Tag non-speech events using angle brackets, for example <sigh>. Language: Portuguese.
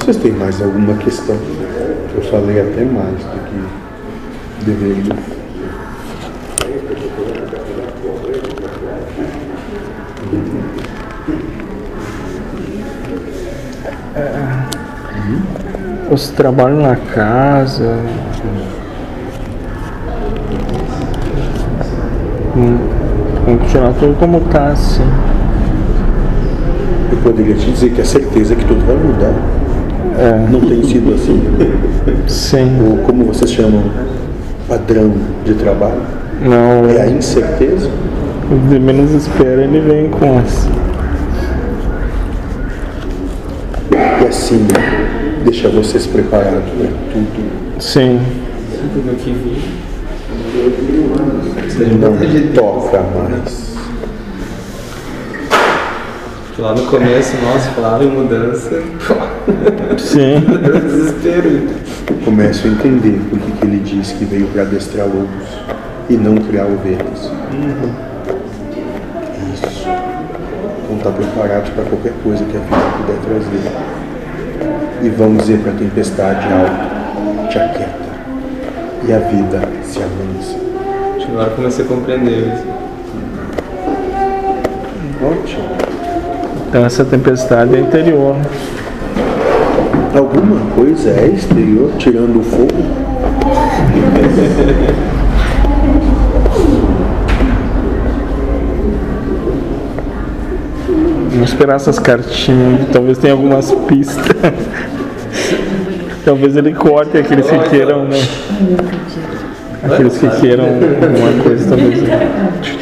Vocês têm mais alguma questão? Eu falei até mais do que deveria. Você trabalha na casa? Hum, Vamos continuar tudo como tá, assim. Eu poderia te dizer que a certeza é que tudo vai mudar. É, Não tem sido assim. sim. O, como vocês chamam, padrão de trabalho. Não, É a é- incerteza. o de menos espera ele vem com essa. E assim, deixa vocês preparados para tudo. Sim, Não toca mais. Lá no começo, nossa, falava em mudança. <laughs> sim. Deu desespero. Começo a entender por que que ele diz que veio para adestrar lobos e não criar ovelhas. Isso. Vão estar preparados para qualquer coisa que a vida puder trazer. E vão dizer para a tempestade alto, te aquieta. E a vida se amansa. Acho que Tipo, Agora eu comecei a compreender isso. Ótimo. Então essa tempestade é interior. Alguma coisa é exterior tirando o fogo? Vamos esperar essas cartinhas. Talvez tenha algumas pistas. <laughs> Talvez ele corte aqueles que queiram, né? Aqueles que queiram uma coisa, talvez.